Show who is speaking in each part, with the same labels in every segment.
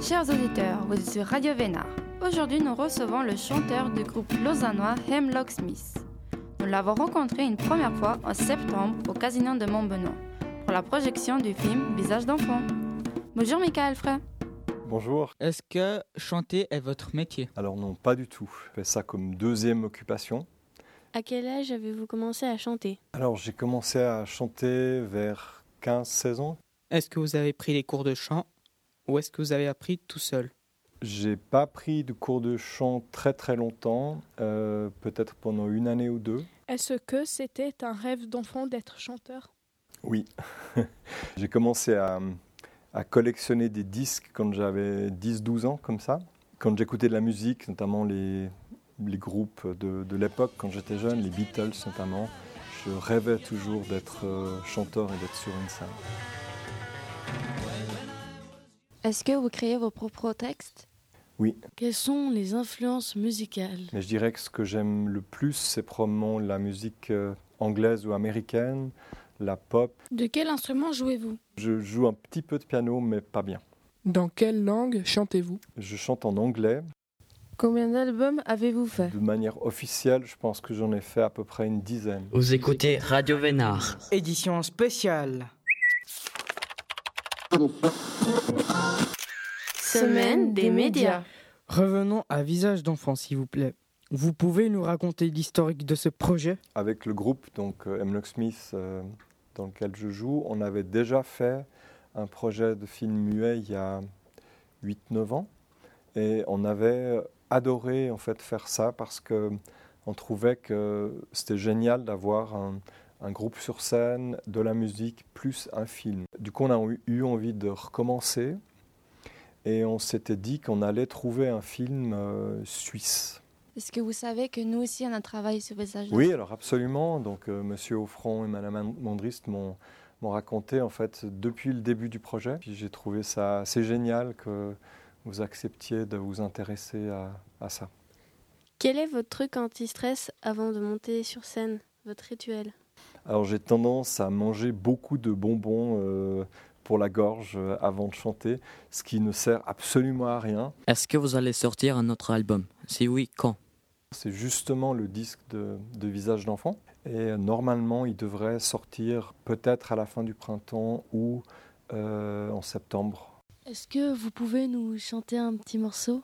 Speaker 1: Chers auditeurs, vous êtes sur Radio Vénard. Aujourd'hui, nous recevons le chanteur du groupe lausannois Hemlock Smith. Nous l'avons rencontré une première fois en septembre au Casino de Montbenoît pour la projection du film Visage d'enfant. Bonjour Michael Frey.
Speaker 2: Bonjour.
Speaker 3: Est-ce que chanter est votre métier
Speaker 2: Alors non, pas du tout. Je fais ça comme deuxième occupation.
Speaker 4: À quel âge avez-vous commencé à chanter
Speaker 2: Alors j'ai commencé à chanter vers 15-16 ans.
Speaker 3: Est-ce que vous avez pris des cours de chant ou est-ce que vous avez appris tout seul
Speaker 2: J'ai pas pris de cours de chant très très longtemps, euh, peut-être pendant une année ou deux.
Speaker 5: Est-ce que c'était un rêve d'enfant d'être chanteur
Speaker 2: Oui. j'ai commencé à, à collectionner des disques quand j'avais 10-12 ans, comme ça. Quand j'écoutais de la musique, notamment les, les groupes de, de l'époque, quand j'étais jeune, les Beatles notamment, je rêvais toujours d'être euh, chanteur et d'être sur une scène.
Speaker 6: Est-ce que vous créez vos propres textes
Speaker 2: Oui,
Speaker 4: Quelles sont les influences musicales
Speaker 2: mais je dirais que ce que j'aime le plus, c'est probablement la musique euh, anglaise ou américaine, la pop.
Speaker 7: De quel instrument jouez-vous
Speaker 2: Je joue un petit peu de piano, mais pas bien.
Speaker 8: Dans quelle langue chantez-vous
Speaker 2: Je chante en anglais.
Speaker 6: Combien d'albums avez-vous fait
Speaker 2: De manière officielle, je pense que j'en ai fait à peu près une dizaine.
Speaker 9: Vous écoutez Radio Vénard.
Speaker 10: Édition spéciale.
Speaker 1: Semaine des médias.
Speaker 11: Revenons à Visage d'enfant, s'il vous plaît. Vous pouvez nous raconter l'historique de ce projet
Speaker 2: Avec le groupe, donc euh, Hemlock Smith, euh, dans lequel je joue, on avait déjà fait un projet de film muet il y a 8-9 ans. Et on avait adoré en fait faire ça parce que on trouvait que c'était génial d'avoir un, un groupe sur scène, de la musique plus un film. Du coup, on a eu- eu envie de recommencer et on s'était dit qu'on allait trouver un film euh, suisse.
Speaker 6: Est-ce que vous savez que nous aussi on a travaillé sur Visage
Speaker 2: Oui, alors absolument. Donc, euh, Monsieur Offron et Madame An- Mondrist m'ont m'ont raconté en fait depuis le début du projet. Puis j'ai trouvé ça assez génial que vous acceptiez de vous intéresser à, à ça.
Speaker 4: Quel est votre truc anti-stress avant de monter sur scène Votre rituel
Speaker 2: Alors j'ai tendance à manger beaucoup de bonbons euh, pour la gorge euh, avant de chanter, ce qui ne sert absolument à rien.
Speaker 9: Est-ce que vous allez sortir un autre album Si oui, quand
Speaker 2: C'est justement le disque de, de Visage d'enfant. Et euh, normalement, il devrait sortir peut-être à la fin du printemps ou euh, en septembre.
Speaker 4: Est-ce que vous pouvez nous chanter un petit morceau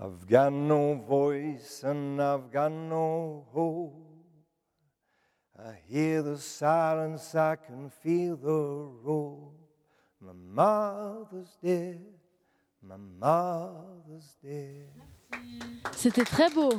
Speaker 2: I've got no voice and I've got no hope. I hear the silence, I can feel the roar. My mother's dead, my mother's dead.
Speaker 4: C'était très beau